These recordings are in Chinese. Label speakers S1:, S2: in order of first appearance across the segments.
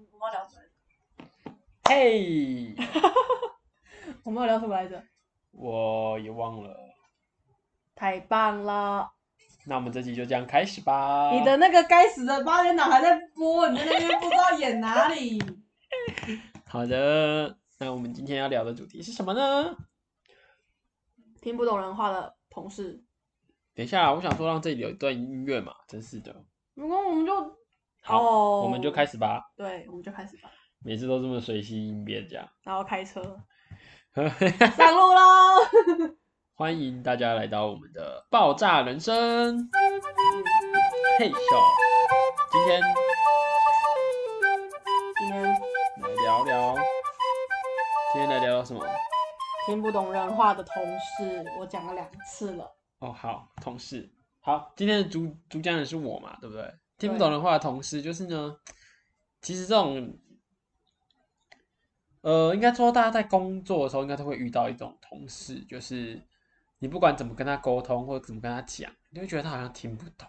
S1: 们要聊什么？
S2: 嘿，
S3: 我们要聊什么来着？
S2: 我也忘了。
S3: 太棒了！
S2: 那我们这集就这样开始吧。
S3: 你的那个该死的八点档还在播，你在那边不知道演哪里。
S2: 好的，那我们今天要聊的主题是什么呢？
S3: 听不懂人话的同事，
S2: 等一下啊，我想说让这里有一段音乐嘛，真是的。
S3: 如果我们就
S2: 好
S3: 哦
S2: 我们就开始吧，
S3: 对，我们就开始吧。
S2: 每次都这么随机应变，这样。
S3: 然后 开车上路喽。
S2: 欢迎大家来到我们的爆炸人生，嘿咻！今天
S3: 今天
S2: 来聊聊，今天来聊聊什么？
S3: 听不懂人话的同事，我讲了两次了。
S2: 哦，好，同事，好，今天的主主讲人是我嘛，对不对？听不
S3: 对
S2: 懂人话的同事，就是呢，其实这种，呃，应该说大家在工作的时候，应该都会遇到一种同事，就是你不管怎么跟他沟通，或者怎么跟他讲，你就会觉得他好像听不懂。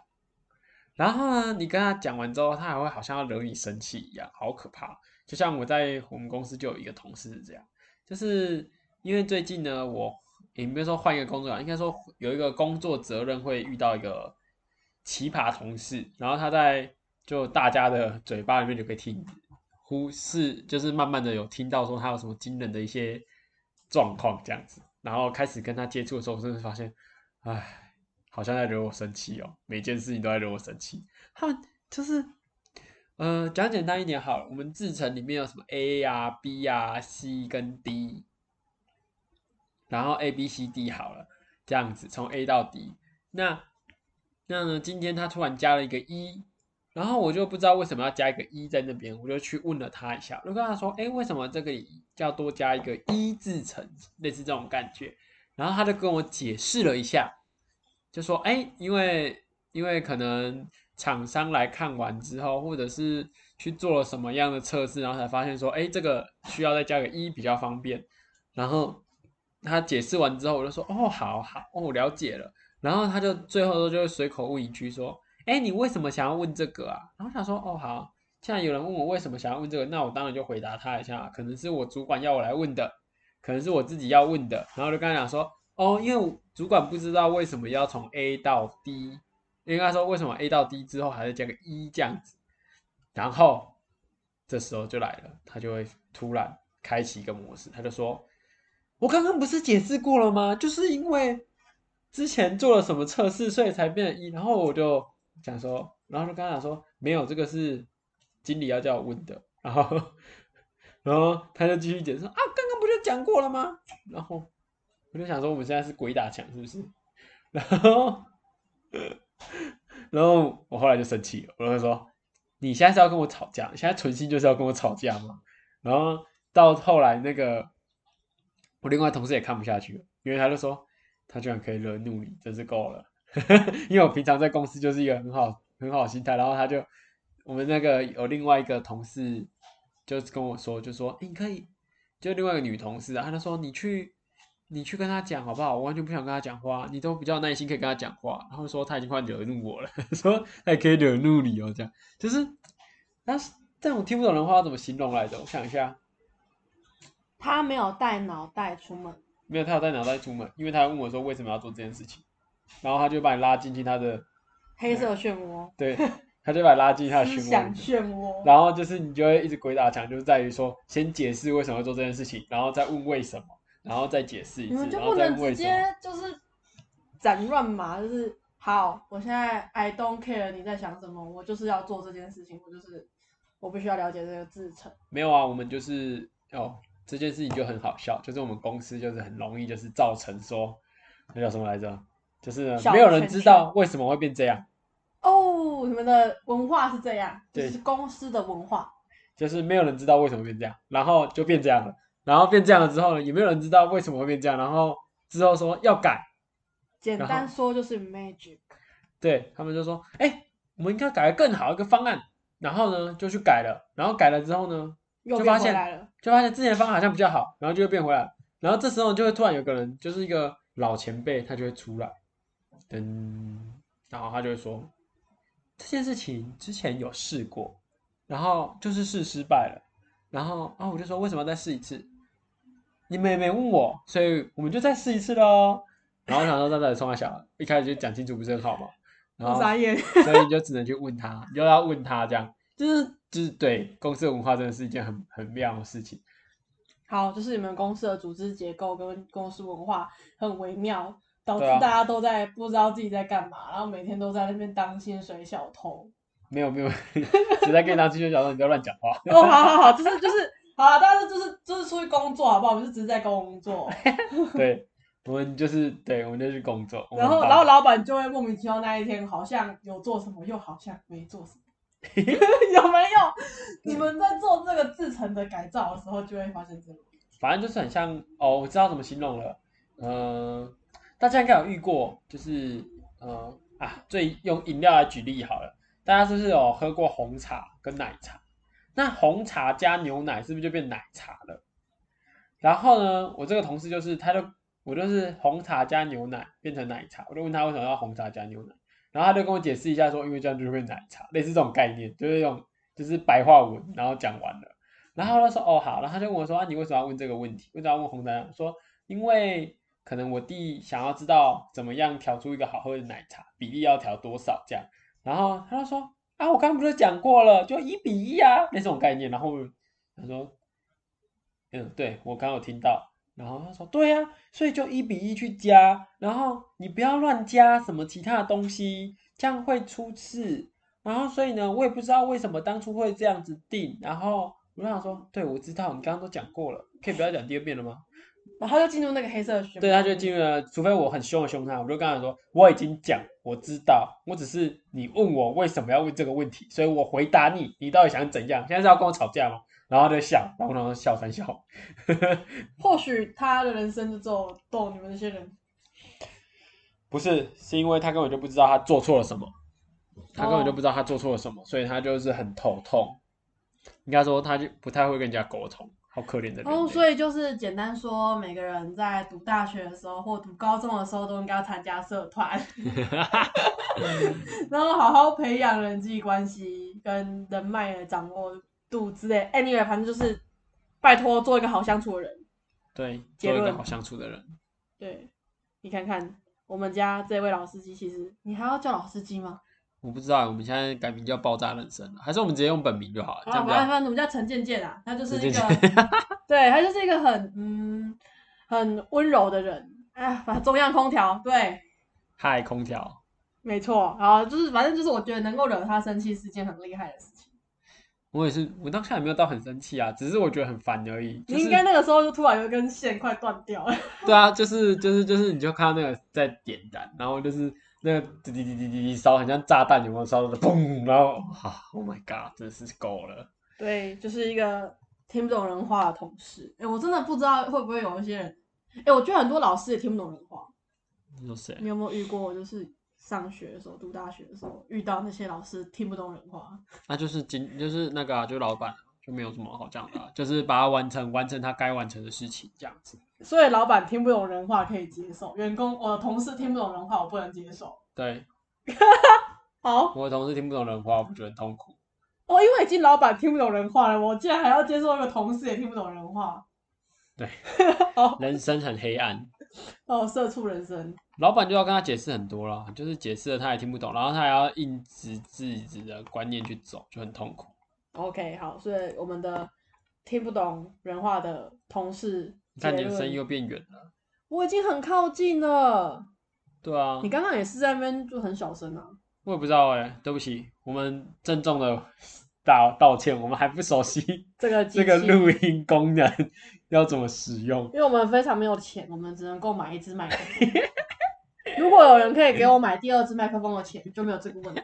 S2: 然后呢，你跟他讲完之后，他还会好像要惹你生气一样，好可怕。就像我在我们公司就有一个同事是这样，就是因为最近呢，我也没有说换一个工作啊，应该说有一个工作责任会遇到一个奇葩同事，然后他在就大家的嘴巴里面就可以听忽视，就是慢慢的有听到说他有什么惊人的一些状况这样子，然后开始跟他接触的时候，我真的发现，唉，好像在惹我生气哦，每件事情都在惹我生气。他们就是，呃，讲简单一点好了，我们制程里面有什么 A 呀、B 呀、C 跟 D，然后 A、B、C、D 好了，这样子从 A 到 D。那那呢，今天他突然加了一个一，然后我就不知道为什么要加一个一在那边，我就去问了他一下，我就跟他说，哎，为什么这个要多加一个一制程，类似这种感觉。然后他就跟我解释了一下，就说：“哎，因为因为可能厂商来看完之后，或者是去做了什么样的测试，然后才发现说，哎，这个需要再加个一比较方便。”然后他解释完之后，我就说：“哦，好好，哦，我了解了。”然后他就最后就会随口问一句说：“哎，你为什么想要问这个啊？”然后我想说：“哦，好，既然有人问我为什么想要问这个，那我当然就回答他一下，可能是我主管要我来问的。”可能是我自己要问的，然后就跟他讲说，哦，因为我主管不知道为什么要从 A 到 D，应该说为什么 A 到 D 之后还是加个一、这样子，然后这时候就来了，他就会突然开启一个模式，他就说，我刚刚不是解释过了吗？就是因为之前做了什么测试，所以才变成一，然后我就讲说，然后就跟他讲说，没有，这个是经理要叫我问的， 然后。然后他就继续解释啊，刚刚不就讲过了吗？然后我就想说，我们现在是鬼打墙是不是？ 然后，然后我后来就生气了，我就说，你现在是要跟我吵架？你现在存心就是要跟我吵架吗？然后到后来那个我另外同事也看不下去了，因为他就说，他居然可以惹怒你，真是够了。 因为我平常在公司就是一个很好很好的心态，然后他就我们那个有另外一个同事就跟我说，就说、诶你可以，就另外一个女同事啊，她就说你去你去跟她讲好不好？我完全不想跟她讲话，你都比较有耐心可以跟她讲话。然后说她已经快惹怒我了， 说她也可以惹怒你哦，这样就是，但是但我听不懂人话要怎么形容来着？我想一下，
S3: 他没有带脑袋出门，
S2: 没有，她有带脑袋出门，因为她问我说为什么要做这件事情，然后她就把你拉进去她的，
S3: 黑色漩 涡，
S2: 对，她就把你拉进她的漩
S3: 思
S2: 涡
S3: 想
S2: 里。
S3: 漩涡。
S2: 然后就是你就会一直鬼打墙，就是在于说先解释为什么要做这件事情，然后再问为什么，然后再解释一
S3: 你
S2: 次
S3: 们，就
S2: 然
S3: 不
S2: 后再
S3: 能
S2: 问
S3: 直
S2: 为什么。
S3: 接就是斩乱麻，就是好，我现在 I don't care 你在想什么，我就是要做这件事情，我就是我必须要了解这个制程。
S2: 没有啊，我们就是哦，这件事情就很好笑，就是我们公司就是很容易就是造成说那叫什么来着，就是呢
S3: 小
S2: 没有人
S3: 圈
S2: 知
S3: 圈
S2: 道为什么会变这样，
S3: 哦，你们的文化是这样，就
S2: 对
S3: 是公司的文化，
S2: 就是没有人知道为什么变这样，然后就变这样了，然后变这样了之后呢，也没有人知道为什么会变这样，然后之后说要改，
S3: 简
S2: 然
S3: 单
S2: 后
S3: 说就是 magic。
S2: 对他们就说：“哎、我们应该改个更好一个方案。”然后呢，就去改了。然后改了之后呢，
S3: 又
S2: 就
S3: 变
S2: 发
S3: 回
S2: 现
S3: 来了，
S2: 就发现之前的方案好像比较好，然后就会变回来。然后这时候就会突然有个人，就是一个老前辈，他就会出来，噔，然后他就会说：“这件事情之前有试过。”然后就是试失败了，然后啊我就说为什么要再试一次？你们也没问我，所以我们就再试一次喽。然后我想说在这里冲他小，一开始就讲清楚不是很好嘛，然
S3: 我
S2: 后
S3: 傻眼。
S2: 所以你就只能去问他，你就要问他这样，就是就是对公司的文化真的是一件很很妙的事情。
S3: 好，就是你们公司的组织结构跟公司文化很微妙，导致
S2: 对啊
S3: 大家都在不知道自己在干嘛，然后每天都在那边当薪水小偷。
S2: 没有没 有，只在跟你当机学小说，你不要乱讲话。
S3: 哦，好好好，就是就是，好啊，大家就是就是出去工作好不好？我们就只是在工作，
S2: 对，我们就是对，我们就去工作。我们
S3: 然后
S2: 很
S3: 然后
S2: 棒
S3: 老板就会莫名其妙那一天好像有做什么，又好像没做 什么。 有没有？你们在做这个制成的改造的时候，就会发现这个。
S2: 反正就是很像哦，我知道怎么形容了。呃，大家应该有遇过，就是呃啊，最用饮料来举例好了。大家是不是有喝过红茶跟奶茶？那红茶加牛奶是不是就变奶茶了？然后呢，我这个同事就是，他就我就是红茶加牛奶变成奶茶，我就问他为什么要红茶加牛奶，然后他就跟我解释一下说，因为这样就会奶茶，类似这种概念，就是用就是白话文，然后讲完了。然后他说哦好，然后他就问我说啊你为什么要问这个问题？为什么要问红茶？我说因为可能我弟想要知道怎么样调出一个好喝的奶茶，比例要调多少这样。然后他就说啊我刚刚不是讲过了，就一比一啊，那种概念。然后他说嗯对我刚刚有听到。然后他说对呀、所以就一比一去加，然后你不要乱加什么其他的东西，这样会出事。然后所以呢，我也不知道为什么当初会这样子定。然后我就想说，对，我知道你刚刚都讲过了，可以不要讲第二遍了吗？
S3: 然后就进入那个黑色的循环。
S2: 对，啊他就进入了，除非我很凶的凶他，我就跟他说，我已经讲，我知道，我只是你问我为什么要问这个问题，所以我回答你，你到底想怎样？现在是要跟我吵架吗？然后他就笑，然后我就笑三笑，
S3: 或许他的人生就只有逗你们这些人。
S2: 不是，是因为他根本就不知道他做错了什么，他根本就
S3: 哦
S2: 不知道他做错了什么，所以他就是很头痛。应该说，他就不太会跟人家沟通，好可怜的人类。
S3: 然后，哦所以就是简单说，每个人在读大学的时候或读高中的时候都应该要参加社团，然后好好培养人际关系跟人脉的掌握度之类。Anyway，反正就是拜托做一个好相处的人。
S2: 对，
S3: 结
S2: 做一个
S3: 论
S2: 好相处的人。
S3: 对，你看看我们家这位老司机，其实你还要叫老司机吗？
S2: 我不知道，我们现在改名叫爆炸人生了，还是我们直接用本名就好了，这
S3: 啊，反
S2: 样
S3: 正
S2: 比较
S3: 反正我们叫陈健健啊，他就是一个
S2: 陈健，
S3: 对他就是一个很嗯很温柔的人，哎，反正中央空调，对，
S2: 嗨空调。
S3: 没错，然后就是反正就是我觉得能够惹他生气是件很厉害的事情。
S2: 我也是，我当下也没有到很生气啊，只是我觉得很烦而已。就是、
S3: 你应该那个时候就突然有一根线快断掉了，
S2: 对啊，就是就是就是，你就看到那个在点燃，然后就是那个滴滴滴滴滴滴烧，很像炸弹，有没有烧到的砰？然后啊，Oh my God，真的是够了。
S3: 对，就是一个听不懂人话的同事。哎，我真的不知道会不会有一些人，哎，我觉得很多老师也听不懂人话。
S2: 你说谁？
S3: 你有没有遇过，就是上学的时候读大学的时候遇到那些老师听不懂人话？
S2: 那、就是今就是那个、啊，就是老板就没有什么好讲的啊、就是把它完成完成他该完成的事情这样子。
S3: 所以老板听不懂人话可以接受，员工我的同事听不懂人话我不能接受。
S2: 对
S3: 好，
S2: 我的同事听不懂人话，我觉得很痛苦。
S3: 我、哦因为已经老板听不懂人话了，我竟然还要接受一个同事也听不懂人话，
S2: 人生很黑暗，
S3: 哦，社畜人生。
S2: 老板就要跟他解释很多啦，就是解释了他也听不懂，然后他还要硬直自己的观念去走，就很痛苦。
S3: OK，好，所以我们的听不懂人话的同事，
S2: 你看你
S3: 结
S2: 的
S3: 论
S2: 声音又变远了，
S3: 我已经很靠近了。
S2: 对啊
S3: 你，刚刚也是在那边就很小声啊。
S2: 我也不知道哎、对不起，我们郑重的道道歉，我们还不熟悉
S3: 这个机
S2: 这个
S3: 器
S2: 录音功能要怎么使用。
S3: 因为我们非常没有钱，我们只能购买一支麦克风。 如果有人可以给我买第二支麦克风的钱，就没有这个问题。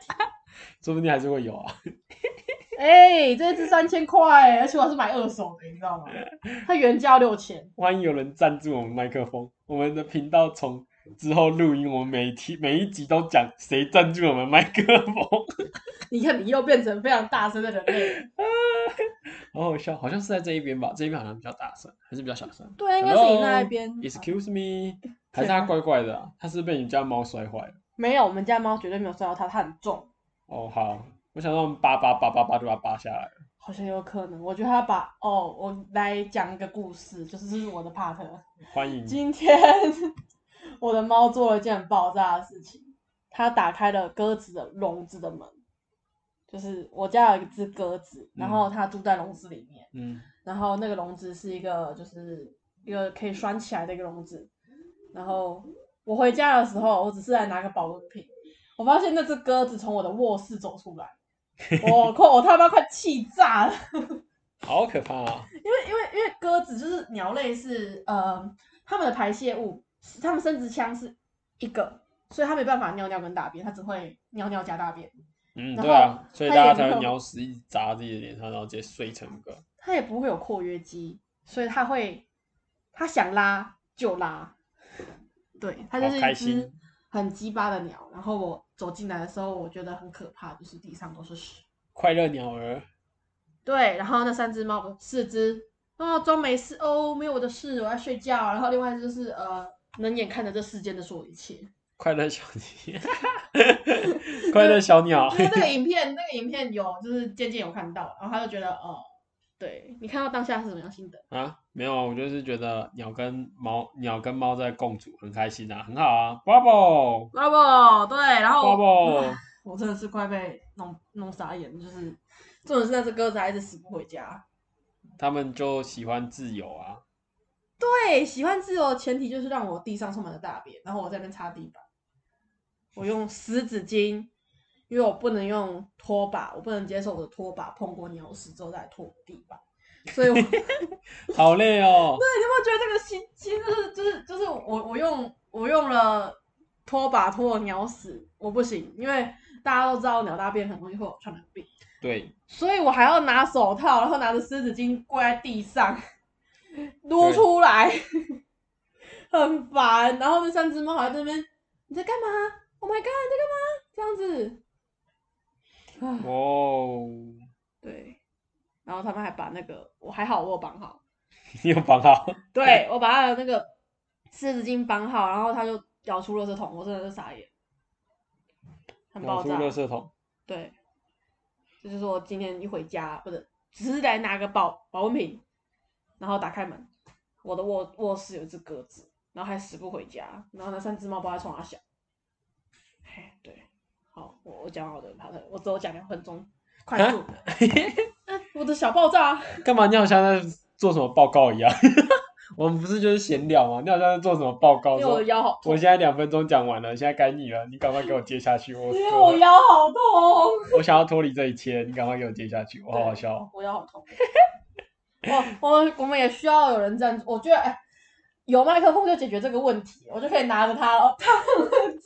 S2: 说不定还是会有啊。
S3: 哎、这支三千块，而且我还是买二手的，你知道吗？它原价六千。
S2: 万一有人赞助我们麦克风，我们的频道从之后录音，我们每一期每一集都讲谁赞助我们麦克风，
S3: 你看，你又变成非常大声的人类了。
S2: 好好笑。好像是在这一边吧，这一边好像比较大声，还是比较小声。
S3: 对，应该是你那一
S2: Hello？
S3: 边。
S2: Excuse me，还是 他怪怪的、啊，他是被你家猫摔坏了。
S3: 没有，我们家猫绝对没有摔到它，它很重。
S2: 哦，好，我想让我们叭叭叭叭叭就把它扒下来了。
S3: 好像有可能。我觉得他把哦，我来讲一个故事，就是这是我的帕特。
S2: 欢迎
S3: 今天我的猫做了一件很爆炸的事情，它打开了鸽子的笼子的门。就是我家有一只鸽子，然后它住在笼子里面，
S2: 嗯
S3: 然后那个笼子是一个就是一个可以拴起来的一个笼子。然后我回家的时候，我只是来拿个保温瓶，我发现那只鸽子从我的卧室走出来，我快我他妈快气炸了。
S2: 好可怕啊！
S3: 因为因为因为鸽子就是鸟类是呃，它们的排泄物，它们生殖腔是一个，所以它没办法尿尿跟大便，它只会尿尿加大便，
S2: 嗯，
S3: 然
S2: 对啊，所以
S3: 他
S2: 大家
S3: 也
S2: 才
S3: 没
S2: 会
S3: 有
S2: 鸟屎一直砸自己的脸上，然后直接碎成一个。
S3: 它也不会有括约肌，所以它会，它想拉就拉，对，它就
S2: 好
S3: 是
S2: 开
S3: 一只
S2: 心
S3: 很鸡巴的鸟。然后我走进来的时候，我觉得很可怕，就是地上都是屎。
S2: 快乐鸟儿，
S3: 对，然后那三只猫，四只哦，装没事哦，没有我的事，我要睡觉。然后另外一只就是呃，冷眼看着这世间的所有一切。
S2: 快乐小鸡， 快乐小鸟
S3: 因，为那个影片， 那个影片有就是渐渐有看到，然后他就觉得哦，对你看到当下是什么样心得？
S2: 啊，没有啊，我就是觉得鸟跟猫，鸟跟猫在共处很开心啊，很好啊，Bravo
S3: 拉布对，然后
S2: Bravo，
S3: 我真的是快被弄弄傻眼，就是重点是那只鸽子还是死不回家。
S2: 他们就喜欢自由啊，
S3: 对，喜欢自由的前提就是让我地上充满了大便，然后我在那边擦地板，我用湿纸巾，因为我不能用拖把，我不能接受我的拖把碰过鸟屎之后再来拖我地板，所以我。
S2: 好累哦，
S3: 你有没有觉得这个心心就是就是就是我我用我用了拖把拖了鸟屎，我不行，因为大家都知道鸟大便很容易会有传染病，
S2: 对，
S3: 所以我还要拿手套，然后拿着湿纸巾跪在地上撸出来， 很烦。然后那三只猫还在那边，你在干嘛？Oh my god，你在干嘛？这样子，唉
S2: 哦，
S3: 对。然后他们还把那个我还好，我有绑好。
S2: 你有绑好，
S3: 对我把他的那个湿纸巾绑好，然后他就咬出垃圾桶，我真的是傻眼，很
S2: 咬
S3: 爆
S2: 出
S3: 炸。
S2: 垃圾桶，
S3: 对，这就是我今天一回家，不是只是来拿个保保温瓶，然后打开门，我的卧卧室有一只鸽子，然后还死不回家，然后那三只猫抱在床上想。哎，对，好，我我讲完我的帕特，我只有讲两分钟，快速。 嗯我的小爆炸，
S2: 干嘛？你啊好像在做什么报告一样， 我们不是就是闲聊吗？你好像在做什么报
S3: 因为
S2: 告
S3: 我
S2: 说
S3: 的腰好痛，
S2: 我现在两分钟讲完了，现在该你了，你赶快给我接下去。我
S3: 因为我腰好痛。
S2: 我想要脱离这一切，你赶快给我接下去。我好好笑哦。
S3: 我腰好痛。我我们我们也需要有人赞助，我觉得哎，有麦克风就解决这个问题，我就可以拿着它哦， 躺着。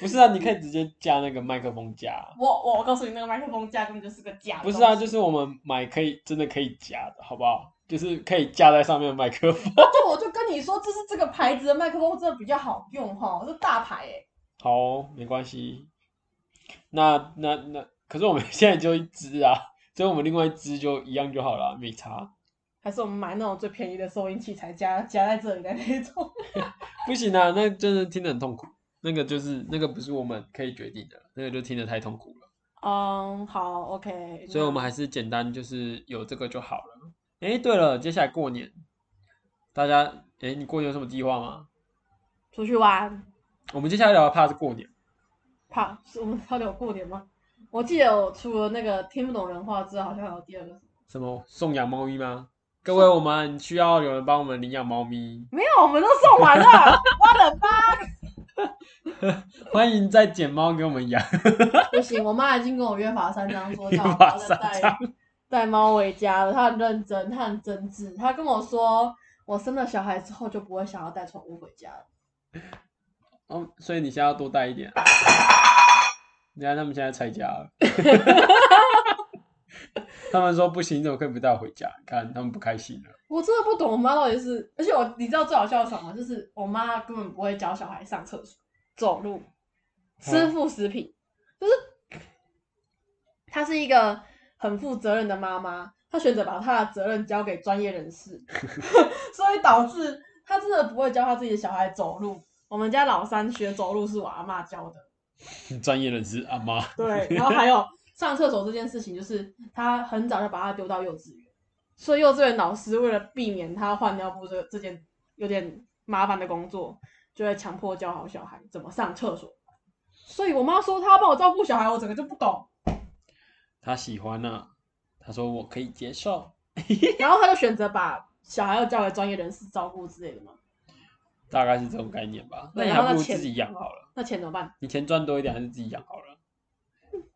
S2: 不是啊，你可以直接加那个麦克风架。
S3: 我我我告诉你，那个麦克风架根本就是个假的
S2: 不
S3: 东西。
S2: 是啊，就是我们买可以真的可以夹的，好不好？就是可以架在上面的麦克风。
S3: 就我就跟你说，就是这个牌子的麦克风真的比较好用哈，这大牌哎、
S2: 好哦，没关系。那那那，可是我们现在就一只啊， 所以我们另外一只就一样就好了，没差。
S3: 还是我们买那种最便宜的收音器材加加在这里的那种。
S2: 不行啊，那真的听得很痛苦。那个就是那个不是我们可以决定的，那个就听得太痛苦了。
S3: 嗯，好，OK。
S2: 所以我们还是简单，就是有这个就好了。哎，对了，接下来过年，大家，哎，你过年有什么计划吗？
S3: 出去玩，
S2: 我们接下来聊的怕是过年，
S3: 怕是我们到底有过年吗？我记得我除了那个听不懂人话之外，好像还有第二个什么
S2: 什么送养猫咪吗？各位，我们需要有人帮我们领养猫咪，
S3: 没有，我们都送完了。我的妈！
S2: 欢迎再捡猫给我们养。
S3: 不行，我妈已经跟我 约法三章，说叫我
S2: 约
S3: 不
S2: 法
S3: 要再
S2: 三
S3: 带
S2: 章
S3: 带猫回家了。她很认真，她很真挚。她跟我说，我生了小孩之后就不会想要带宠物回家了。
S2: 哦，所以你现在要多带一点、啊。你看他们现在拆家 了，他们说不行，你怎么可以不带我回家？看他们不开心了。
S3: 我真的不懂我妈到底是，而且我你知道最好笑的是什么？就是我妈根本不会教小孩上厕所、走路、吃
S2: 嗯
S3: 副食品，就是她是一个很负责任的妈妈，她选择把她的责任交给专业人士， 所以导致她真的不会教她自己的小孩走路。我们家老三学走路是我阿妈教的，
S2: 专业人士阿妈，
S3: 对，然后还有上厕所这件事情，就是他很早就把它丢到幼稚园，所以幼稚园老师为了避免他换尿布这这件有点麻烦的工作，就会强迫教好小孩怎么上厕所。所以我妈说她要帮我照顾小孩，我整个就不懂。
S2: 他喜欢啊，他说我可以接受，
S3: 然后她就选择把小孩要交给专业人士照顾之类的嘛。
S2: 大概是这种概念吧。那
S3: 对
S2: 你
S3: 然后
S2: 还不
S3: 那
S2: 如
S3: 钱
S2: 自己养好了，
S3: 那钱怎么办？
S2: 你钱赚多一点还是自己养好了。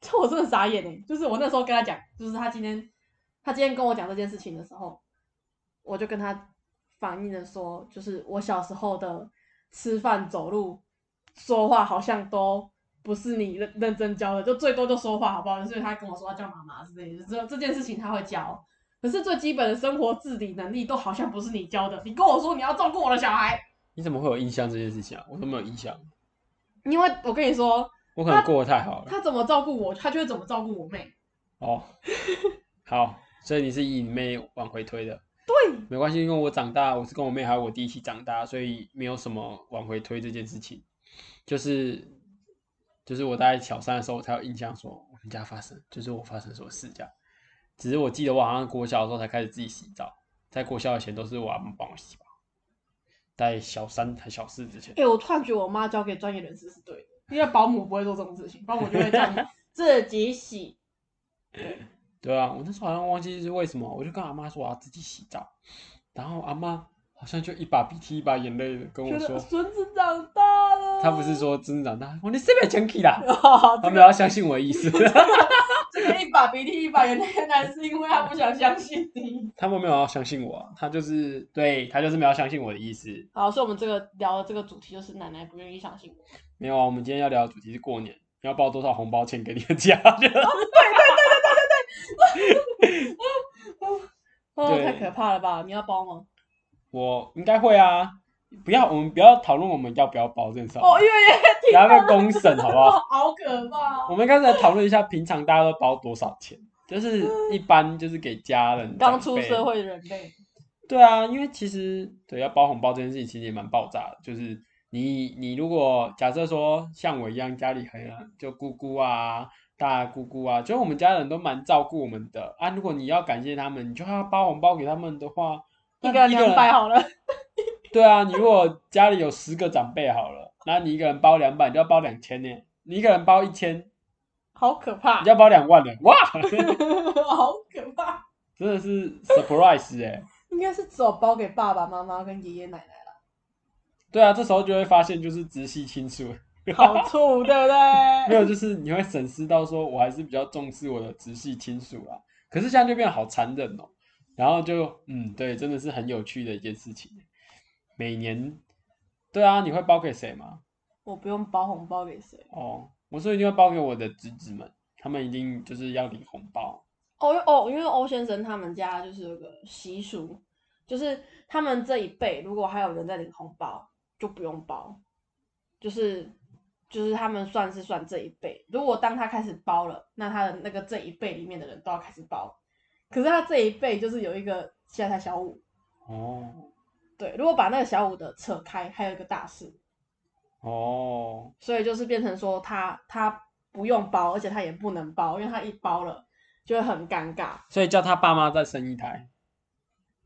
S3: 这我真的傻眼哎、就是我那时候跟他讲，就是他今天他今天跟我讲这件事情的时候，我就跟他反映的说，就是我小时候的吃饭、走路、说话好像都不是你认认真教的，就最多就说话好不好？所以他跟我说他叫妈妈之类的，这这件事情他会教。可是最基本的生活自理能力都好像不是你教的，你跟我说你要照顾我的小孩，
S2: 你怎么会有印象这件事情啊？我都没有印象，
S3: 因为我跟你说，
S2: 我可能过得太好了。
S3: 他怎么照顾我，他就会怎么照顾我妹。
S2: 哦， 好，所以你是以你妹往回推的。
S3: 对，
S2: 没关系，因为我长大，我是跟我妹还有我弟一起长大，所以没有什么往回推这件事情。就是就是我大概小三的时候，我才有印象说我们家发生，就是我发生什么事这样。只是我记得我好像国小的时候才开始自己洗澡，在国小以前都是我阿妈帮我洗吧，在小三还小四之前。
S3: 哎、我突然觉得我妈交给专业人士是对的，因为保姆不会做这种事情，保姆就会叫你 自己洗。
S2: 对啊，我那时候好像忘记是为什么，我就跟阿妈说我要啊自己洗澡，然后阿妈好像就一把鼻涕一把眼泪的跟
S3: 觉
S2: 我
S3: 得哦
S2: 说，
S3: 孙子长大了，
S2: 她不是说真的长大，我你是不是讲起啦？
S3: 哦，
S2: 他们要相信我的意思，
S3: 这个一把鼻涕一把眼泪，那是因为他不想相信你。
S2: 他们没有要相信我啊、他就是对他就是没有要相信我的意思。
S3: 好，所以我们这个聊的这个主题就是奶奶不愿意相信我。
S2: 没有啊，我们今天要聊的主题是过年，你要包多少红包钱给你的家 人？
S3: 哦，
S2: 对哦
S3: 太可怕了吧？你要包吗？
S2: 我应该会啊，不要，我们不要讨论我们要不要包这件事好不好，
S3: 哦，因为
S2: 不要被公审好不
S3: 哇，
S2: 好？
S3: 好可怕哦。
S2: 我们刚才讨论一下，平常大家都包多少钱？就是一般就是给家人
S3: 嗯刚出
S2: 长辈
S3: 社会的人类，
S2: 对啊，因为其实对要包红包这件事情，其实也蛮爆炸的。就是你你如果假设说像我一样，家里很就姑姑啊、大姑姑啊，就我们家人都蛮照顾我们的啊。如果你要感谢他们，你就要包红包给他们的话，那
S3: 一个人两百
S2: 人
S3: 好了，
S2: 对啊，你如果家里有十个长辈好了，那你一个人包两百，你就要包两千呢。你一个人包一千，你
S3: 好可怕
S2: 就，要包两万了，哇，
S3: 好可怕。
S2: 真的是 surprise 哎、
S3: 应该是只有包给爸爸妈妈跟爷爷奶奶
S2: 对啊，这时候就会发现就是直系亲属。
S3: 了， 好处对不
S2: 没
S3: 对？
S2: 有，就是你会审视到说，我还是比较重视我的直系亲属啦。可是现在就变得好残忍哦。然后就，嗯，对，真的是很有趣的一件事情。每年，对啊，你会包给谁吗？
S3: 我不用包红包给谁
S2: 哦，我说一定会包给我的侄子们，他们一定就是要领红包。
S3: 哦因为哦，因为欧先生他们家就是有个习俗，就是他们这一辈如果还有人在领红包，就不用包，就是就是他们算是算这一辈。如果当他开始包了，那他的那个这一辈里面的人都要开始包。可是他这一辈就是有一个现在才小五，
S2: 哦，
S3: 对，如果把那个小五的扯开，还有一个大四，
S2: 哦，
S3: 所以就是变成说他他不用包，而且他也不能包，因为他一包了就会很尴尬。
S2: 所以叫他爸妈再生一胎，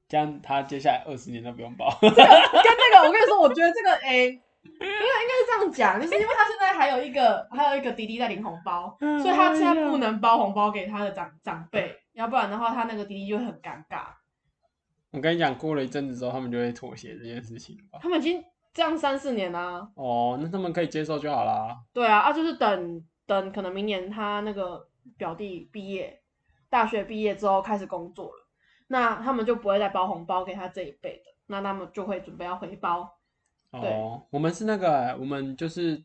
S2: 这样他接下来二十年都不用包。
S3: 跟那个我跟你说，我觉得这个诶，因为应该是这样讲，就是因为他现在还有一个还有一个弟弟在领红包，所以他现在不能包红包给他的长长辈，要不然的话他那个弟弟就会很尴尬。
S2: 我跟你讲，过了一阵子之后，他们就会妥协这件事情了吧？
S3: 他们已经这样三四年啦、啊
S2: 哦，那他们可以接受就好啦。
S3: 对啊，啊，就是等等，可能明年他那个表弟毕业，大学毕业之后开始工作了，那他们就不会再包红包给他这一辈的，那他们就会准备要回包。对
S2: 哦，我们是那个，我们就是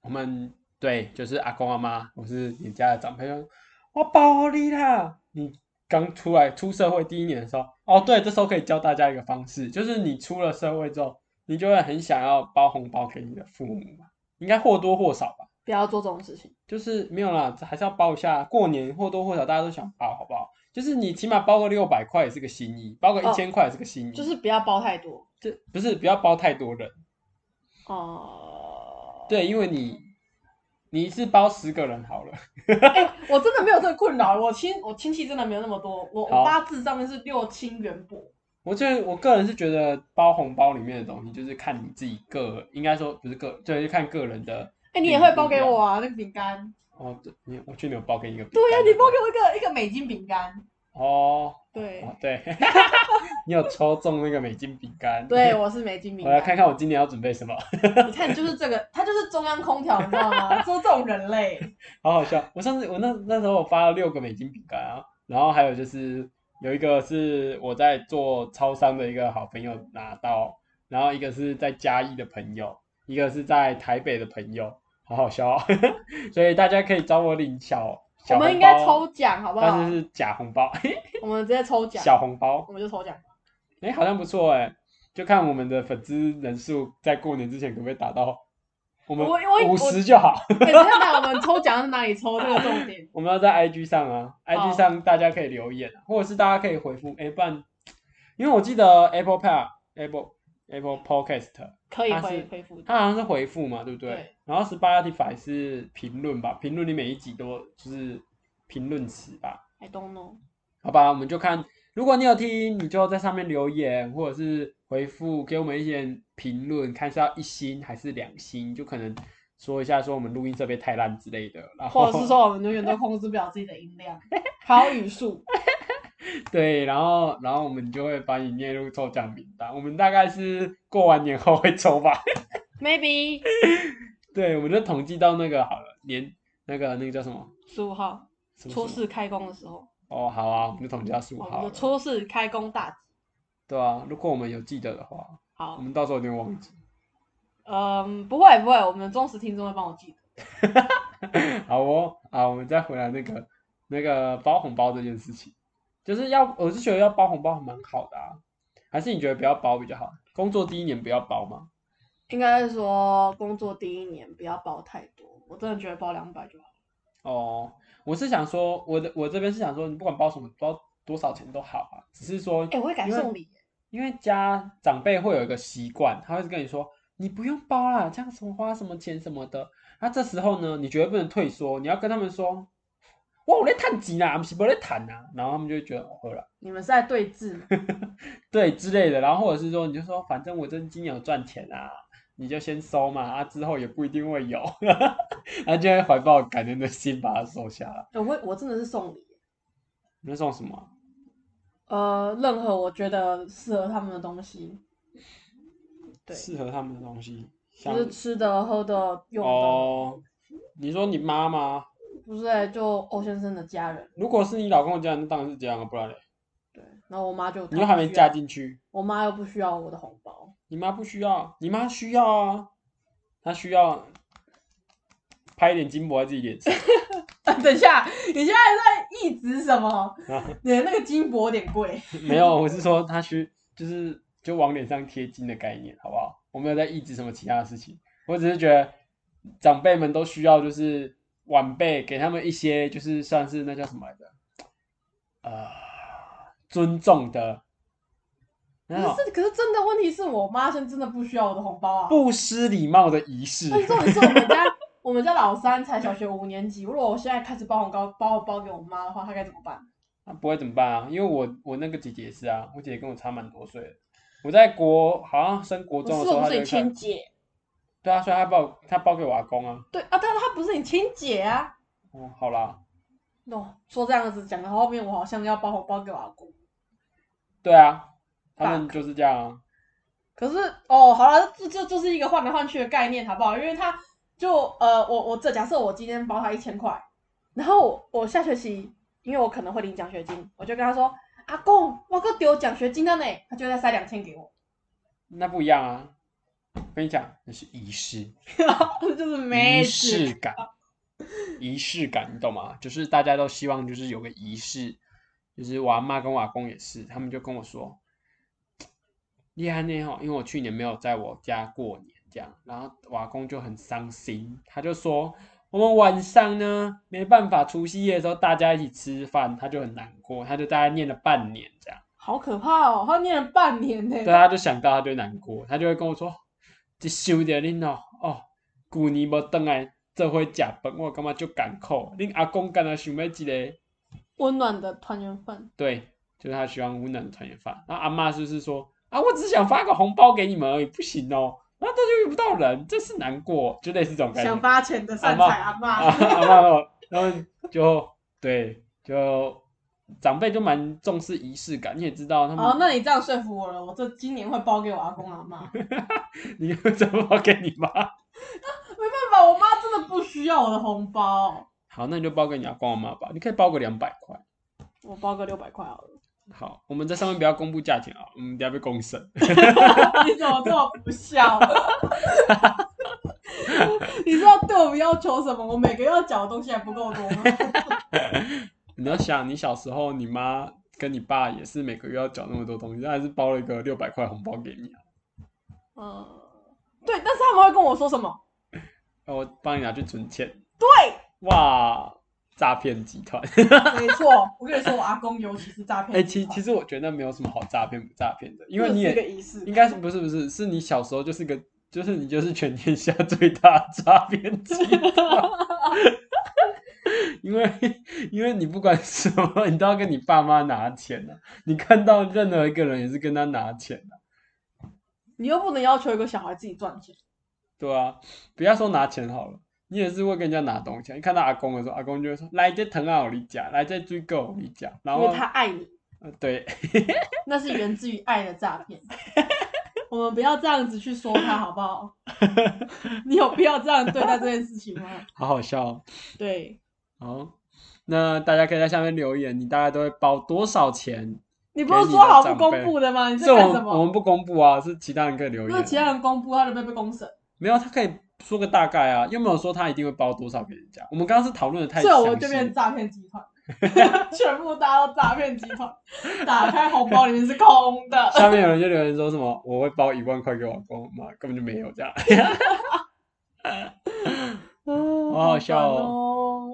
S2: 我们对，就是阿公阿妈，我是你家的长辈，就说我保你啦。你刚出来出社会第一年的时候，哦，对，这时候可以教大家一个方式，就是你出了社会之后，你就会很想要包红包给你的父母嘛，应该或多或少吧。
S3: 不要做这种事情，
S2: 就是没有啦，还是要包一下。过年或多或少大家都想包，好不好？就是你起码包个六百块也是个心意，包个一
S3: 哦
S2: 千块也是个心意。
S3: 就是不要包太多
S2: 这不是不要包太多人，
S3: 哦。
S2: 对，因为你你一次包十个人好了，
S3: 我真的没有这个困扰，我亲我亲戚真的没有那么多，我
S2: 好
S3: 我八字上面是六亲缘薄，
S2: 我觉得我个人是觉得包红包里面的东西，就是看你自己个，应该说不是个，对，就看个人的。
S3: 哎、你也会包给我啊那个饼干，
S2: 哦，对你我去你有包给你一个饼
S3: 对
S2: 干
S3: 呀、
S2: 啊，
S3: 你包给我一个一个美金饼干，
S2: 哦，
S3: 对
S2: 哦对， 你有抽中那个美金饼干。
S3: 对，我是美金饼
S2: 我来看
S3: 干，
S2: 看我今年要准备什么，
S3: 你看就是这个，他就是中央空调，你知道 吗？就是这种人类，
S2: 好好笑。我上次我那那时候我发了六个美金饼干啊，然后还有就是有一个是我在做超商的一个好朋友拿到，然后一个是在嘉义的朋友，一个是在台北的朋友，好好笑、哦。 所以大家可以找我领小
S3: 我
S2: 小
S3: 们
S2: 红
S3: 应该
S2: 包
S3: 抽，奖好不好？
S2: 但是是假红包，
S3: 我们直接抽奖，
S2: 小红包。
S3: 我们就抽奖。
S2: 哎，好像不错哎，就看我们的粉丝人数在过年之前可不可以达到我们
S3: 我我
S2: 五十就好。
S3: 哎、等一下，那我们抽奖是哪里抽？这个重点。
S2: 我们要在 IG 上啊
S3: 好
S2: ，IG 上大家可以留言啊，或者是大家可以回复，哎、不然，因为我记得 Apple p a Apple Apple Podcast，
S3: 可以
S2: 啊它是
S3: 回回复的，
S2: 它好像是回复嘛，对不对？
S3: 对
S2: 然后 Spotify 是评论吧，评论你每一集都就是评论词吧，
S3: I don't know。
S2: 好吧，我们就看，如果你有听，你就在上面留言，或者是回复给我们一些评论，看是要一星还是两星，就可能说一下说我们录音设备太烂之类的，然后
S3: 或者是说我们永远都控制不了自己的音量，好语速。
S2: 对，然后然后我们就会把你列入抽奖名单。我们大概是过完年后会抽吧。
S3: Maybe
S2: 对，我们就统计到那个好了，年那个那个叫什么？
S3: 十五号
S2: 什么
S3: 初
S2: 什么
S3: 四哦开工的时候，
S2: 哦，好啊，我们就统计到十五
S3: 我
S2: 号
S3: 们的。
S2: 了
S3: 初四开工大吉。
S2: 对啊，如果我们有记得的话，我
S3: 好，
S2: 们到时候有点忘记。
S3: 嗯，不会不会，我们的忠实听众会帮我记得。
S2: 好哦，啊，我们再回来那个那个包红包这件事情，就是要我是觉得要包红包蛮好的啊，还是你觉得不要包比较好？工作第一年不要包吗？
S3: 应该是说工作第一年不要包太多，我真的觉得包两百就好。
S2: 哦，我是想说，我的我这边是想说，你不管包什么，包多少钱都好啊。只是说，
S3: 哎、我会改
S2: 因为
S3: 送礼耶，
S2: 因为家长辈会有一个习惯，他会跟你说，你不用包啦，这样什么花什么钱什么的。那这时候呢，你绝对不能退缩，你要跟他们说，哇，我在探级啦，不是不在谈啦。然后他们就会觉得，哦，好了，
S3: 你们是在对峙吗？
S2: 对之类的。然后或者是说，你就说，反正我这今年有赚钱啊，你就先收嘛，啊，之后也不一定会有， 他就会怀抱感恩的心把它收下了。
S3: 哎 我会我真的是送礼耶，
S2: 你会送什么啊？
S3: 呃，任何我觉得适合他们的东西，对，
S2: 适合他们的东西，像
S3: 就是吃的、喝的、用的，
S2: 哦，你说你妈妈，
S3: 不是、欸、就欧先生的家人。
S2: 如果是你老公的家人，那当然是这样啊，不然嘞，
S3: 对，然后我妈就
S2: 你又还没
S3: 她
S2: 嫁
S3: 不需要，
S2: 进去，
S3: 我妈又不需要我的红包，
S2: 你妈不需要，你妈需要啊，她需要拍一点金箔在自己脸上，
S3: 等一下，你现在在意指什么？
S2: 啊
S3: 你的那个金箔有点贵，
S2: 没有，我是说她需就是就往脸上贴金的概念，好不好？我没有在抑制什么其他的事情，我只是觉得长辈们都需要，就是晚辈给他们一些就是算是那叫什么来着，呃，尊重的。
S3: 可
S2: 那种
S3: 是可是真的问题是我妈现在真的不需要我的红包啊。
S2: 不失礼貌的仪式。
S3: 但是重点是我们家我们家老三才小学五年级，如果我现在开始包红包包包给我妈的话，她该怎么办？
S2: 那、不会怎么办啊？因为我我那个姐姐也是啊，我姐姐跟我差蛮多岁的。我在国好像升国
S3: 我
S2: 中的
S3: 是
S2: 时候，
S3: 我
S2: 她
S3: 不
S2: 就是会
S3: 你亲
S2: 看，
S3: 姐？
S2: 对啊，所以她包她包给我阿公啊。
S3: 对啊，但是她不是你亲姐啊。
S2: 哦，好啦，
S3: 哦，说这样子讲到后面，我好像要包红包给我阿公。
S2: 对啊，他们就是这样啊。
S3: 可是哦，好了，这这就是一个换来换去的概念，好不好？因为他就呃，我我这假设我今天包他一千块，然后我我下学期因为我可能会领奖学金，我就跟他说：“阿公，我哥丢奖学金了呢。”他就会再塞两千给我，
S2: 那不一样啊。我跟你讲，那是仪式，
S3: 就是
S2: 仪
S3: 没
S2: 式感，仪式感，你懂吗？就是大家都希望就是有个仪式，就是我阿妈跟我阿公也是，他们就跟我说，厉害那哈，因为我去年没有在我家过年，这样，然后我阿公就很伤心，他就说我们晚上呢没办法，除夕夜的时候大家一起吃饭，他就很难过，他就大概念了半年这样。
S3: 好可怕哦！他念了半年呢。
S2: 对，啊他就想到他就会难过，他就会跟我说：“这想着恁哦，哦，旧年无回来，这会食饭，我感觉就艰苦。恁阿公干阿想要一个，
S4: 温暖的团圆饭，
S2: 对，就是他喜欢温暖的团圆饭。然后阿妈就是说啊，我只想发个红包给你们而已，不行哦。然后这就遇不到人，真是难过，就类似这种感觉。
S3: 想发钱的善财阿
S2: 啊，
S3: 妈，
S2: 阿妈，然后就对，就长辈就蛮重视仪式感，你也知道他们，
S3: 哦，那你这样说服我了，我这今年会包给我阿公阿妈。 没
S2: 你有怎么给你妈？
S3: 办法，我妈真的不需要我的红包。
S2: 好，那你就包给你阿公阿妈吧，你可以包个两百块。
S4: 我包个六百块好了。
S2: 好，我们在上面不要公布价钱啊，我们等一下被公审。
S3: 你怎么这么不孝？啊 你知道对我们要求什么？我每个月要缴的东西还不够多吗？
S2: 你要想，你小时候你妈跟你爸也是每个月要缴那么多东西，她还是包了一个六百块红包给你啊。
S4: 嗯，
S3: 对，但是他们会跟我说什么？
S2: 那我帮你拿去存钱。
S3: 对，
S2: 哇，诈骗集团。
S3: 没错，我跟你说，我阿公尤其是诈骗
S2: 哎、
S3: 集团。
S2: 其其实我觉得没有什么好诈骗不诈骗的，因
S3: 这
S2: 为你
S3: 是一个
S2: 也
S3: 仪式
S2: 应，该是不是不是，是你小时候就是个。就是你就是全天下最大的诈骗集团， 因为因为你不管什么，你都要跟你爸妈拿钱啊。你看到任何一个人也是跟他拿钱啊，
S3: 你又不能要求一个小孩自己赚钱。
S2: 对啊，不要说拿钱好了，你也是会跟人家拿东西啊。你看到阿公的时候，阿公就会说：“来这疼啊，我理解；来这追购，我理解。”然
S4: 因
S2: 后
S4: 为他爱你，
S2: 呃对，
S3: 那是源自于爱的诈骗。 我们不要这样子去说他，好不好？ 你有必要这样对待这件事情吗？
S2: 好好笑、哦。
S3: 对，
S2: 好，那大家可以在下面留言，你大概都会包多少钱？
S3: 你不是说好不公布的吗？你在
S2: 这我
S3: 干什
S2: 们我
S3: 么？
S2: 们不公布啊，是其他人可以留
S3: 如果
S2: 言。
S3: 其他人公布，他就被被公审。
S2: 没有，他可以说个大概啊，又没有说他一定会包多少给人家。我们刚刚是讨论的太
S3: 所以我
S2: 详
S3: 们就变
S2: 细，
S3: 诈骗集团， 全部搭到诈骗集团，打开红包里面是空
S4: 啊
S3: 的。
S2: 下面有人就留言说什么我会包一万块给我公妈，根本就没有这样。
S3: 好
S2: 好好笑
S3: 哦。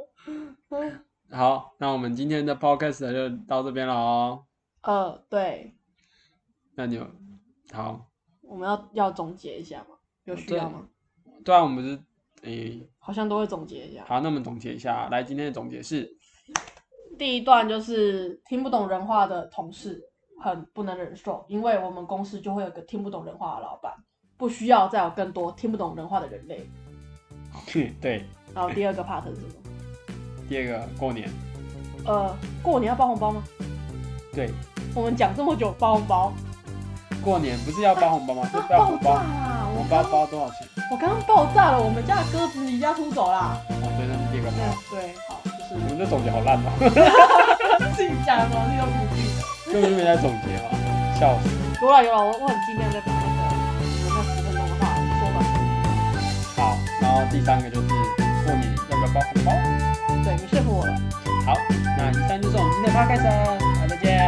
S2: 好，那我们今天的 podcast 就到这边了哦。
S4: 呃，对，
S2: 那你有好，
S4: 我们要要总结一下吗？有需要吗？
S2: 哦对啊，我们是诶、
S4: 好像都会总结一下。
S2: 好，那我们总结一下，来今天的总结是，
S3: 第一段就是听不懂人话的同事很不能忍受，因为我们公司就会有个听不懂人话的老板，不需要再有更多听不懂人话的人类。
S2: 对，
S3: 然后第二个 part 是什么？
S2: 第二个过年，
S3: 呃，过年要包红包吗？
S2: 对，
S3: 我们讲这么久包红包，
S2: 过年不是要包红包吗？就
S3: 啊，
S2: 包红
S3: 爆炸
S2: 包，
S3: 啦！
S2: 红
S3: 我
S2: 包
S3: 刚
S2: 包多少钱？
S3: 我刚刚爆炸了，我们家的鸽子离家出走啦。
S2: 哦，对，那是第二个包。
S3: 嗯，对，好，
S2: 我
S3: 就
S2: 们这总结好烂哦，
S3: 是自己讲的东西都不记得。
S2: 根本就没在总结嘛，笑死。
S4: 有啦有啦，我我很尽量在把那个我们那十分钟的话说完。
S2: 好，然后第三个就是过年要不要包红包？
S4: 对你说服我了。
S2: 好，那以上就是我们今天的 podcast，了大家再见。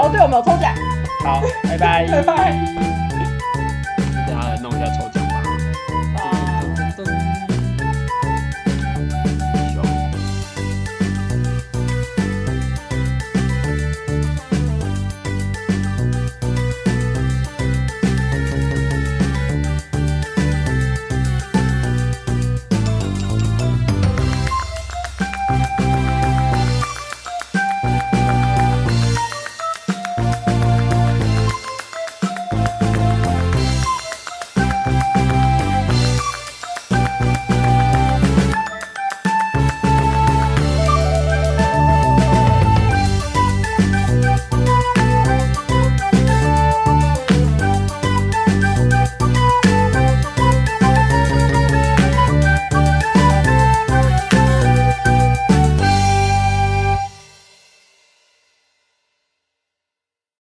S3: 哦，对，我们有抽奖。
S2: 好，拜拜，
S3: 拜拜
S2: 大家来弄一下抽奖。
S3: 嗯